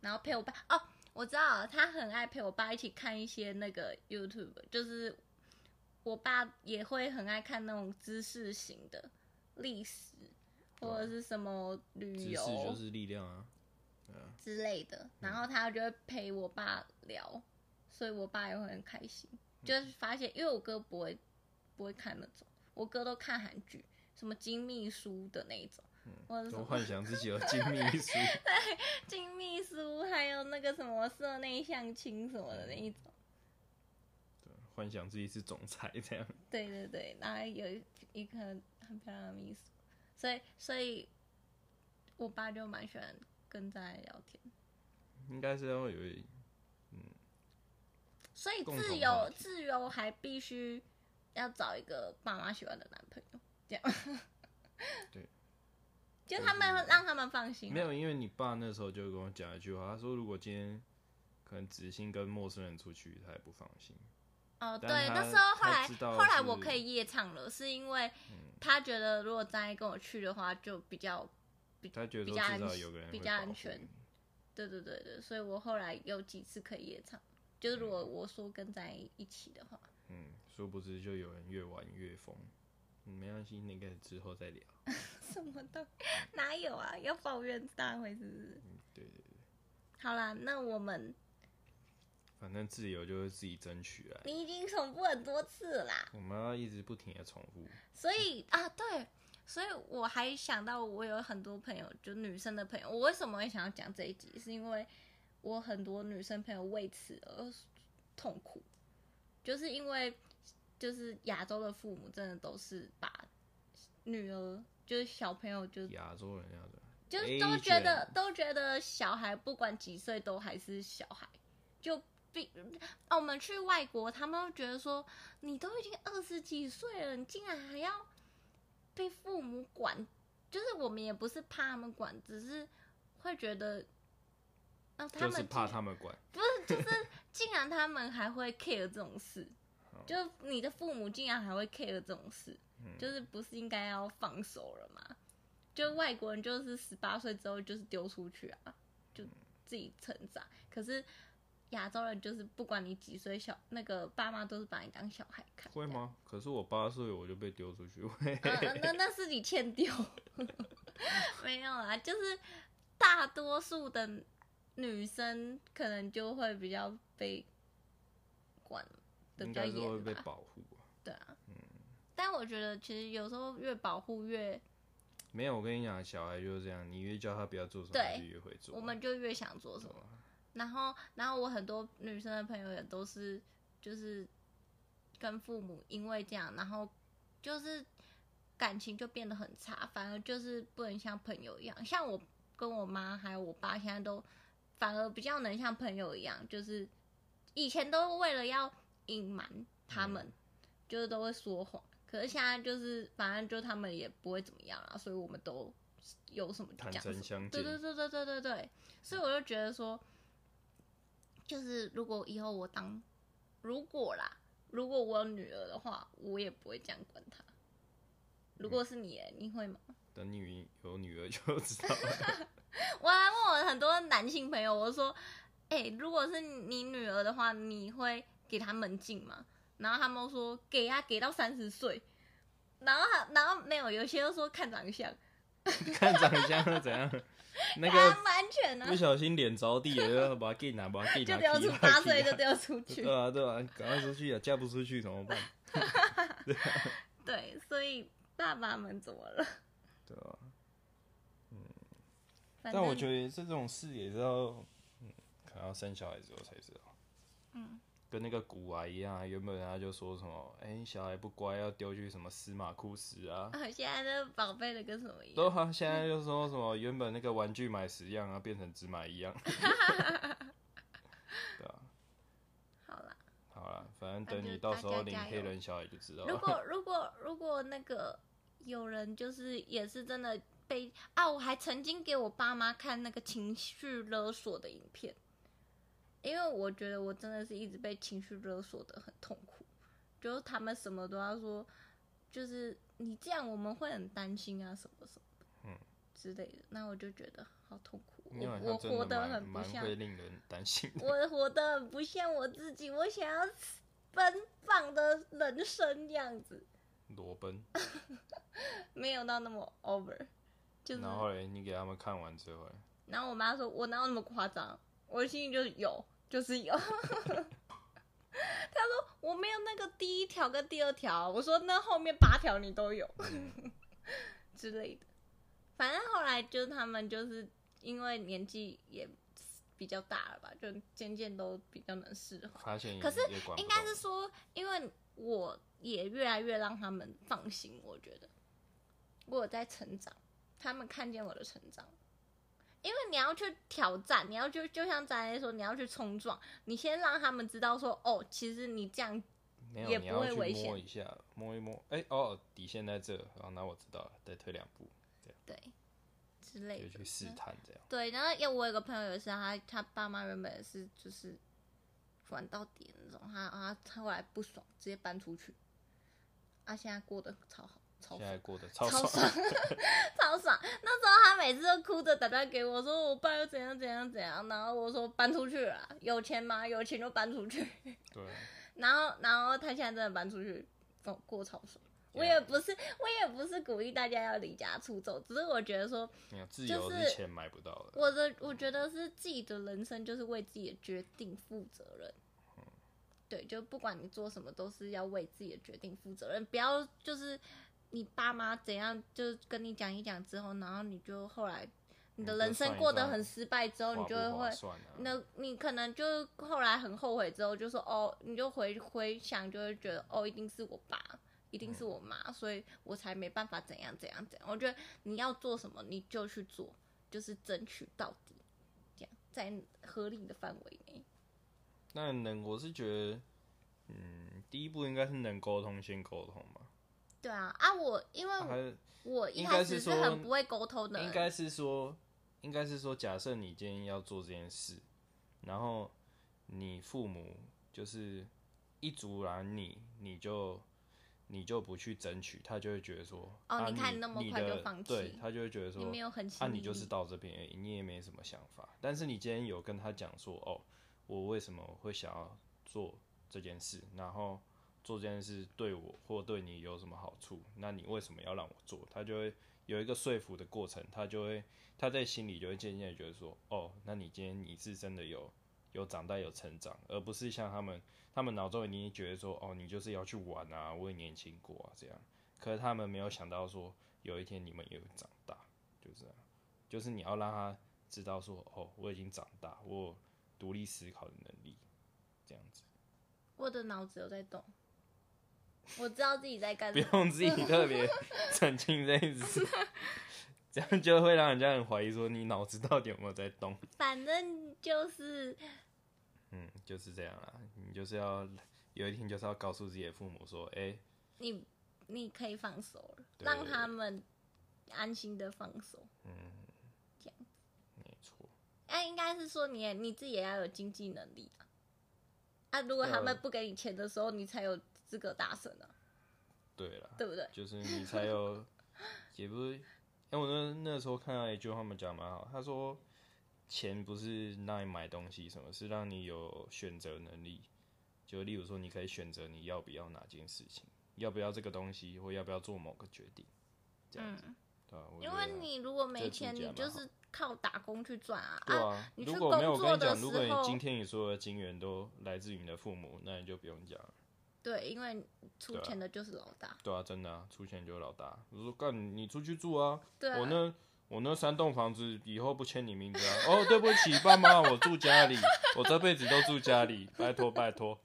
Speaker 2: 然后陪我爸哦，我知道了他很爱陪我爸一起看一些那个 YouTube，就是我爸也会很爱看那种知识型的历史
Speaker 1: 啊
Speaker 2: 或者是什么旅
Speaker 1: 知识就
Speaker 2: 游
Speaker 1: 是力嗯量啊，对啊，
Speaker 2: 之类的，然后他就会陪我爸聊，所以我爸也会很开心。
Speaker 1: 嗯
Speaker 2: 就是发现，因为我哥不会不会看那种，我哥都看韩剧，什么金秘书的那一种，
Speaker 1: 嗯
Speaker 2: 或者 是什
Speaker 1: 都
Speaker 2: 么
Speaker 1: 幻想自己有精密一 书。
Speaker 2: 金秘书，还有那个什么社内相亲什么的
Speaker 1: 嗯
Speaker 2: 那一种。
Speaker 1: 幻想自己是总裁这样。
Speaker 2: 对对对，然后有一一个很漂亮的秘书，所以所以我爸就蛮喜欢跟在聊天。
Speaker 1: 应该是要有一
Speaker 2: 所以
Speaker 1: 共同
Speaker 2: 自
Speaker 1: 话
Speaker 2: 由
Speaker 1: 题
Speaker 2: 自由还必须要找一个爸妈喜欢的男朋友，这样。
Speaker 1: 对。
Speaker 2: 就他们让他们放心啊、
Speaker 1: 没有，因为你爸那时候就跟我讲一句话，他说如果今天可能子欣跟陌生人出去，他也不放心。
Speaker 2: 哦，对，
Speaker 1: 但
Speaker 2: 那
Speaker 1: 他
Speaker 2: 时候后
Speaker 1: 他
Speaker 2: 来
Speaker 1: 知道
Speaker 2: 后来
Speaker 1: 是嗯
Speaker 2: 我可以夜唱了，是因为他觉得如果张一跟我去的话，就比较
Speaker 1: 他觉得
Speaker 2: 比
Speaker 1: 说
Speaker 2: 较安
Speaker 1: 至少有个人会
Speaker 2: 比较
Speaker 1: 保护
Speaker 2: 安全
Speaker 1: 你。
Speaker 2: 对对对对，所以我后来有几次可以夜唱，就是如果我说跟在一起的话，
Speaker 1: 嗯，殊不知就有人越玩越疯。嗯没关系，那个之后再聊。
Speaker 2: 什么都哪有啊，要抱怨大会是不是？
Speaker 1: 嗯，对对对，
Speaker 2: 好啦，那我们
Speaker 1: 反正自由就是自己争取来。
Speaker 2: 你已经重复很多次啦，
Speaker 1: 我们要一直不停的重复。
Speaker 2: 所以啊，对，所以我还想到我有很多朋友，就女生的朋友，我为什么会想要讲这一集，是因为我很多女生朋友为此而痛苦，就是因为就是亚洲的父母真的都是把女儿就是小朋友就
Speaker 1: 亚洲人要的，
Speaker 2: 就是都觉得
Speaker 1: Asian
Speaker 2: 都觉得小孩不管几岁都还是小孩，就比、啊我们去外国，他们会觉得说你都已经二十几岁了，你竟然还要被父母管，就是我们也不是怕他们管，只是会觉得，啊，他
Speaker 1: 就是
Speaker 2: 们
Speaker 1: 怕
Speaker 2: 竟
Speaker 1: 他们管。
Speaker 2: 不是就是竟然他们还会 care 这种事
Speaker 1: 好，
Speaker 2: 就你的父母竟然还会 care 这种事，
Speaker 1: 嗯
Speaker 2: 就是不是应该要放手了吗？就外国人就是十八岁之后就是丢出去啊，就自己成长。可是亚洲人就是不管你几岁小，那个爸妈都是把你当小孩看。
Speaker 1: 会吗？可是我八岁我就被丢出去，
Speaker 2: 嗯？ 嗯那那是你 欠丢，没有啦，就是大多数的女生可能就会比较被管的
Speaker 1: 应
Speaker 2: 比较
Speaker 1: 该是会
Speaker 2: 严
Speaker 1: 被
Speaker 2: 吧。
Speaker 1: 保护吧。
Speaker 2: 对啊，但我觉得其实有时候越保护越，
Speaker 1: 没有，我跟你讲，小孩就是这样，你越叫他不要做什么，他
Speaker 2: 对
Speaker 1: 就越会做。啊
Speaker 2: 我们就越想做什么。然后，然后我很多女生的朋友也都是，就是跟父母因为这样，然后就是感情就变得很差，反而就是不能像朋友一样。像我跟我妈还有我爸现在都反而比较能像朋友一样，就是以前都为了要隐瞒他们，
Speaker 1: 嗯
Speaker 2: 就是都会说谎。可是现在就是，反正就他们也不会怎么样啊，所以我们都有什么就
Speaker 1: 坦
Speaker 2: 讲什
Speaker 1: 诚
Speaker 2: 么。
Speaker 1: 相
Speaker 2: 对
Speaker 1: 见，
Speaker 2: 对对对对对对，所以我就觉得说，就是如果以后我当，如果啦，如果我有女儿的话，我也不会这样管她。如果是你耶，你会吗？
Speaker 1: 等你有女儿就知道了。
Speaker 2: 我还问我很多男性朋友，我说，哎、如果是你女儿的话，你会给她门禁吗？然后他们说给啊，给到三十岁。然后他，然后没有，有些又说看长相，
Speaker 1: 看长相是怎样，那
Speaker 2: 还
Speaker 1: 个
Speaker 2: 啊蛮安全的、
Speaker 1: 不小心脸着地了，就把它给拿，把它给
Speaker 2: 就
Speaker 1: 拿，
Speaker 2: 丢出
Speaker 1: 踢吧
Speaker 2: 八
Speaker 1: 踢
Speaker 2: 岁
Speaker 1: 吧
Speaker 2: 就丢出 去。
Speaker 1: 对啊对啊，赶快出去啊，嫁不出去怎么办？
Speaker 2: 对，所以爸爸们怎么了？
Speaker 1: 对啊，但
Speaker 2: 反正
Speaker 1: 我觉得这种事也是要，嗯，可能要生小孩之后才知道。
Speaker 2: 嗯，
Speaker 1: 跟那个古玩一样啊，原本他就说什么，哎、你小孩不乖要丢去什么司马库斯啊，
Speaker 2: 啊， 现在这宝贝的跟什么一
Speaker 1: 都
Speaker 2: 样？
Speaker 1: 好，现在就说什么原本那个玩具买十样啊，变成只买一样。对啊，
Speaker 2: 好啦，
Speaker 1: 好啦，反正
Speaker 2: 那就
Speaker 1: 等你到时
Speaker 2: 大
Speaker 1: 候
Speaker 2: 家
Speaker 1: 领
Speaker 2: 加
Speaker 1: 黑
Speaker 2: 油
Speaker 1: 人小孩就知道
Speaker 2: 如
Speaker 1: 了。
Speaker 2: 果如果如果那个有人就是也是真的被啊，我还曾经给我爸妈看那个情绪勒索的影片，因为我觉得我真的是一直被情绪勒索的很痛苦，就是他们什么都要说，就是你这样我们会很担心啊，什么什么，
Speaker 1: 嗯
Speaker 2: 之类的，那我就觉得好痛苦，
Speaker 1: 因为好
Speaker 2: 我我
Speaker 1: 像
Speaker 2: 活
Speaker 1: 真的
Speaker 2: 得
Speaker 1: 蛮
Speaker 2: 很不
Speaker 1: 蛮
Speaker 2: 像
Speaker 1: 会令人担心的。
Speaker 2: 我 活得很不像我自己，我想要奔放的人生样子，
Speaker 1: 裸奔，
Speaker 2: 没有到那么 over，就是。
Speaker 1: 然后嘞，你给他们看完之后嘞，
Speaker 2: 然后我妈说：“我哪有那么夸张？”我心里就是有，就是有。 她说：“我没有那个第一条跟第二条。”我说：“那后面八条你都有
Speaker 1: 嗯
Speaker 2: 之类的。”反正后来就是他们就是因为年纪也比较大了吧，就渐渐都比较能适合。
Speaker 1: 发现也
Speaker 2: 可是
Speaker 1: 也管不
Speaker 2: 应该
Speaker 1: 动
Speaker 2: 是说，因为我也越来越让他们放心，我觉得我有在成长，他们看见我的成长。因为你要去挑战，你要就就像咱来说，你要去冲撞，你先让他们知道说，哦，其实你这样
Speaker 1: 没有，
Speaker 2: 也
Speaker 1: 你
Speaker 2: 不
Speaker 1: 要
Speaker 2: 会
Speaker 1: 去
Speaker 2: 危
Speaker 1: 摸
Speaker 2: 险
Speaker 1: 一下，摸一摸，哎、哦，底线在这，然后那我知道了，再退两步，
Speaker 2: 对之类
Speaker 1: 就
Speaker 2: 的，
Speaker 1: 去试探这样。
Speaker 2: 对，然后也我有个朋友也是，他他爸妈原本也是就是玩到底的那种，他他他后来不爽，直接搬出去，啊，现在过得超好，超
Speaker 1: 现
Speaker 2: 爽
Speaker 1: 在。过得超
Speaker 2: 超
Speaker 1: 爽，
Speaker 2: 爽，超爽。那时候他每次都哭着打电话给我说：“我爸又怎样怎样怎样。”然后我说：“搬出去了，有钱吗？有钱就搬出去。
Speaker 1: 对，”
Speaker 2: 然后，然后他现在真的搬出去，哦，过超爽。我也不是，我也不是鼓励大家要离家出走，只是我觉得说，
Speaker 1: 没有自
Speaker 2: 就
Speaker 1: 由
Speaker 2: 是
Speaker 1: 是钱买不到的。
Speaker 2: 我的我觉得是自己的人生就是为自己的决定负责任。
Speaker 1: 嗯
Speaker 2: 对，就不管你做什么，都是要为自己的决定负责任，不要就是你爸妈怎样，就是跟你讲一讲之后，然后你就后来你的
Speaker 1: 嗯就
Speaker 2: 人生
Speaker 1: 算一
Speaker 2: 过得
Speaker 1: 算
Speaker 2: 很失败之后，你
Speaker 1: 划
Speaker 2: 就
Speaker 1: 不
Speaker 2: 会
Speaker 1: 划
Speaker 2: 会
Speaker 1: 算啊，
Speaker 2: 那你可能就后来很后悔，之后就说哦，你就回回想，就会觉得哦，一定是我爸，一定
Speaker 1: 嗯
Speaker 2: 是我妈，所以我才没办法怎样怎样怎样。我觉得你要做什么，你就去做，就是争取到底，这样在合理的范围内。
Speaker 1: 那能，我是觉得，嗯，第一步应该是能沟通先沟通吧。
Speaker 2: 对啊，啊，我因为
Speaker 1: 还
Speaker 2: 我
Speaker 1: 有
Speaker 2: 我一
Speaker 1: 应
Speaker 2: 开
Speaker 1: 该是
Speaker 2: 始是
Speaker 1: 说
Speaker 2: 很不会沟通的
Speaker 1: 应
Speaker 2: 人，
Speaker 1: 该是说，应该是说，假设你今天要做这件事，然后你父母就是一阻拦你，你就你就不去争取，他就会觉得说，
Speaker 2: 哦
Speaker 1: 啊、
Speaker 2: 你
Speaker 1: 你
Speaker 2: 看那么
Speaker 1: 你
Speaker 2: 快就
Speaker 1: 的
Speaker 2: 放
Speaker 1: 对
Speaker 2: 弃
Speaker 1: 他就会觉得说
Speaker 2: 你，没有很
Speaker 1: 啊，
Speaker 2: 心
Speaker 1: 你
Speaker 2: 理
Speaker 1: 就是到这边而已，你也没什么想法。但是你今天有跟他讲说，哦，我为什么会想要做这件事，然后做这件事对我或对你有什么好处，那你为什么要让我做？他就会有一个说服的过程，他就会他在心里就会渐渐地觉得说，哦，那你今天你是真的有有长大有成长，而不是像他们他们脑中已经觉得说，哦，你就是要去玩啊，我也年轻过啊这样，可是他们没有想到说有一天你们也会长大，就这样，就是你要让他知道说，哦，我已经长大，我有独立思考的能力，这样子。
Speaker 2: 我的脑子有在动，我知道自己在干
Speaker 1: 不
Speaker 2: 什么。
Speaker 1: 用自己特别澄清这一次， 这样就会让人家很怀疑说你脑子到底有没有在动。
Speaker 2: 反正就是
Speaker 1: 嗯，就是这样啦。你就是要有一天就是要告诉自己的父母说，哎、
Speaker 2: 你，你可以放手了，
Speaker 1: 对
Speaker 2: 让他们安心的放手。
Speaker 1: 嗯，
Speaker 2: 这样
Speaker 1: 没错，
Speaker 2: 那应该是说你也你自己也要有经济能力啊。啊，如果他
Speaker 1: 呃
Speaker 2: 们不给你钱的时候，你才有资格大声啊，
Speaker 1: 对啦，
Speaker 2: 对不对？
Speaker 1: 就是你才有，也不是。哎、我那那时候看到一句话他们讲得蛮好，他说钱不是让你买东西什么，是让你有选择能力。就例如说，你可以选择你要不要哪件事情，要不要这个东西，或要不要做某个决定，这样子，
Speaker 2: 嗯，
Speaker 1: 对啊？我觉
Speaker 2: 因
Speaker 1: 得
Speaker 2: 为你如果没
Speaker 1: 这
Speaker 2: 钱，
Speaker 1: 注解
Speaker 2: 你就
Speaker 1: 蛮好
Speaker 2: 是靠打工去赚啊。
Speaker 1: 对啊，
Speaker 2: 你
Speaker 1: 如
Speaker 2: 去
Speaker 1: 果没有我
Speaker 2: 工
Speaker 1: 跟你
Speaker 2: 作的
Speaker 1: 讲，如果你
Speaker 2: 时候
Speaker 1: 今天你所有的金源都来自于你的父母，那你就不用讲了。
Speaker 2: 对，因为出
Speaker 1: 对啊
Speaker 2: 钱的就是老大。
Speaker 1: 对啊，真的啊，出钱就是老大。我说干，你出去住啊，
Speaker 2: 对啊，
Speaker 1: 我那我那三栋房子以后不签你名字啊！哦，对不起，爸妈，我住家里，我这辈子都住家里，拜托拜托。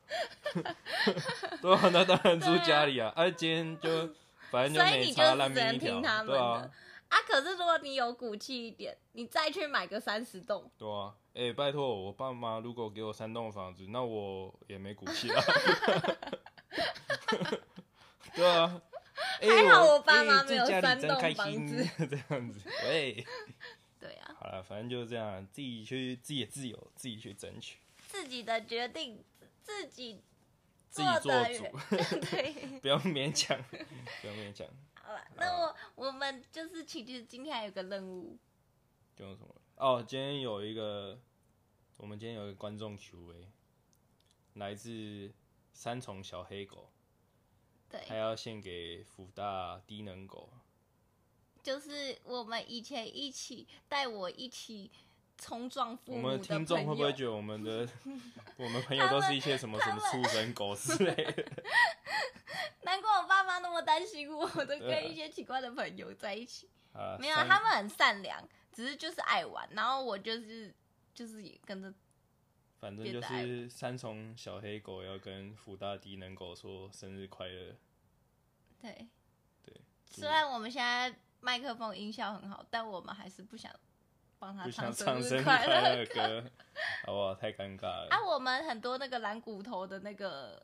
Speaker 1: 对啊，那当然住家里啊！哎、今天就反正就
Speaker 2: 所以
Speaker 1: 没
Speaker 2: 你就
Speaker 1: 差，
Speaker 2: 是
Speaker 1: 烂
Speaker 2: 只
Speaker 1: 命一
Speaker 2: 能
Speaker 1: 条
Speaker 2: 听他，们
Speaker 1: 对啊
Speaker 2: 的，啊，可是如果你有骨气一点，你再去买个三十栋，
Speaker 1: 对啊。哎、拜托，我爸妈如果给我三栋房子，那我也没骨气了。 对啊。哎
Speaker 2: 还好
Speaker 1: 我
Speaker 2: 我爸妈
Speaker 1: 哎
Speaker 2: 没有
Speaker 1: 住家里
Speaker 2: 三
Speaker 1: 真
Speaker 2: 栋
Speaker 1: 开
Speaker 2: 房
Speaker 1: 心这样子。喂。
Speaker 2: 对啊，
Speaker 1: 好了，反正就是这样，自己去，自己的自由，自己去争取，
Speaker 2: 自己的决定，自己
Speaker 1: 自己做
Speaker 2: 的人，
Speaker 1: 主，
Speaker 2: 对，
Speaker 1: 不要勉强， 不要勉强。
Speaker 2: 好了，那
Speaker 1: 啊
Speaker 2: 我我们就是其实今天还有个任务，
Speaker 1: 就什么？哦，今天有一个，我们今天有一个观众 Q&A，来自三重小黑狗，他
Speaker 2: 对，
Speaker 1: 要献给福大低能狗。
Speaker 2: 就是我们以前一起带我一起冲撞父
Speaker 1: 我
Speaker 2: 母
Speaker 1: 们
Speaker 2: 的
Speaker 1: 听众会不会
Speaker 2: 嗯朋友
Speaker 1: 觉得我们 的我们朋友都是一些什么什么畜生狗之类的？
Speaker 2: 难怪我爸妈那么担心我，我都
Speaker 1: 对啊
Speaker 2: 跟一些奇怪的朋友在一起。
Speaker 1: 好啦
Speaker 2: 没有，
Speaker 1: 啊
Speaker 2: 啊
Speaker 1: 三
Speaker 2: 他们很善良，只是就是爱玩，然后我就是就是也跟着
Speaker 1: 反正就是三重小黑狗要跟福大低能狗说生日快乐。
Speaker 2: 对
Speaker 1: 对。
Speaker 2: 虽然我们现在麦克风音效很好，但我们还是不想帮他
Speaker 1: 不想
Speaker 2: 生
Speaker 1: 唱生
Speaker 2: 日
Speaker 1: 日
Speaker 2: 快
Speaker 1: 快
Speaker 2: 乐
Speaker 1: 乐的歌，好不好？太尴尬了。
Speaker 2: 啊！我们很多那个蓝骨头的那个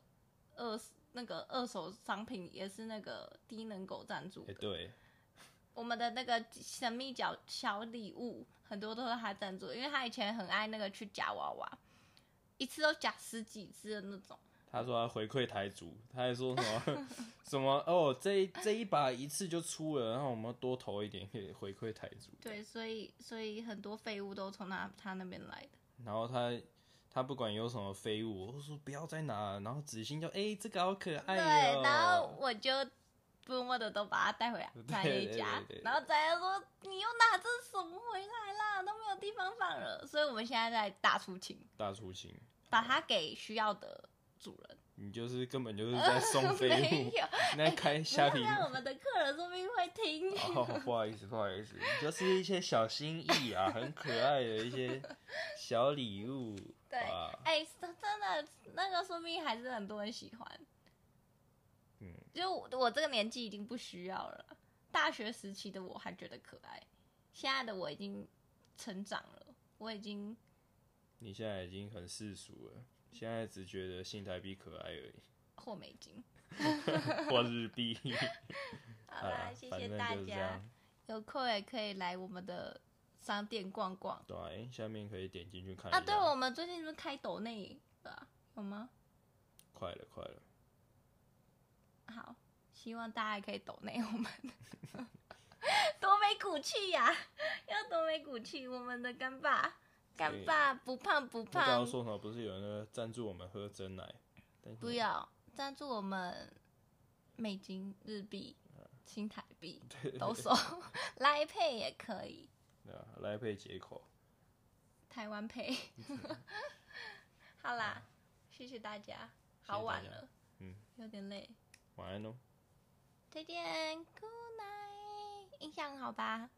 Speaker 2: 二那个二手商品也是那个低能狗赞助
Speaker 1: 哎、
Speaker 2: 的，
Speaker 1: 对，
Speaker 2: 我们的那个神秘角小礼物很多都是他赞助的，因为他以前很爱那个去夹娃娃，一次都夹十几只的那种。
Speaker 1: 他说他回馈台主，他还说什么 什么哦，这一这一把一次就出了，然后我们多投一点可以回馈台主。，
Speaker 2: 对，所以所以很多废物都从他他那边来的。
Speaker 1: 然后他他不管有什么废物，我就说不要再拿了，然后子欣就哎、这个好可爱、哦。
Speaker 2: 对，然后我就默默的都把它带回 来
Speaker 1: 对
Speaker 2: 展爷家，
Speaker 1: 对对对
Speaker 2: 然后展爷说：“你又拿这什么回来啦？都没有地方放了。”所以我们现在在大出清，
Speaker 1: 大出行，
Speaker 2: 把它给需要的主 人。
Speaker 1: 你就是根本就是在送废
Speaker 2: 没
Speaker 1: 物，
Speaker 2: 有，
Speaker 1: 那开
Speaker 2: 不要
Speaker 1: 虾皮。
Speaker 2: 让我们的客人说不定会听。
Speaker 1: 哦，不好意思，不好意思，就是一些小心意啊，很可爱的一些小礼物。
Speaker 2: 对
Speaker 1: 啊，
Speaker 2: 哎、真真的，那个说不定还是很多人喜欢。
Speaker 1: 嗯，
Speaker 2: 就我我这个年纪已经不需要了，大学时期的我还觉得可爱，现在的我已经成长了，我已经
Speaker 1: 你现在已经很世俗了，现在只觉得新台币可爱而已，
Speaker 2: 霍美金。
Speaker 1: 或日币。
Speaker 2: 好
Speaker 1: 好
Speaker 2: 啦，
Speaker 1: 啦
Speaker 2: 谢
Speaker 1: 反
Speaker 2: 谢
Speaker 1: 正
Speaker 2: 大
Speaker 1: 就是这
Speaker 2: 家，
Speaker 1: 样。
Speaker 2: 有空也可以来我们的商店逛逛
Speaker 1: 对啊、哎下面可以点进去看一下。
Speaker 2: 啊。对，我们最近是不是开抖内了啊、有吗？
Speaker 1: 快了，快了，
Speaker 2: 好，希望大家也可以抖内我们， 多没骨气呀、要多没骨气！我们的干爸，干爸不胖不
Speaker 1: 不知道
Speaker 2: 胖，
Speaker 1: 说什么，不是有人在赞助我们喝真奶？但是
Speaker 2: 不，要赞助我们美金、日币、
Speaker 1: 嗯
Speaker 2: 新台 币
Speaker 1: 对
Speaker 2: 都收， 来配也可以，
Speaker 1: 对啊，来配接口，
Speaker 2: 台湾配。嗯 好啦，谢谢大家，好晚了，
Speaker 1: 嗯，
Speaker 2: 有点累，
Speaker 1: 晚安喽。
Speaker 2: 再见，Good night，印象好吧？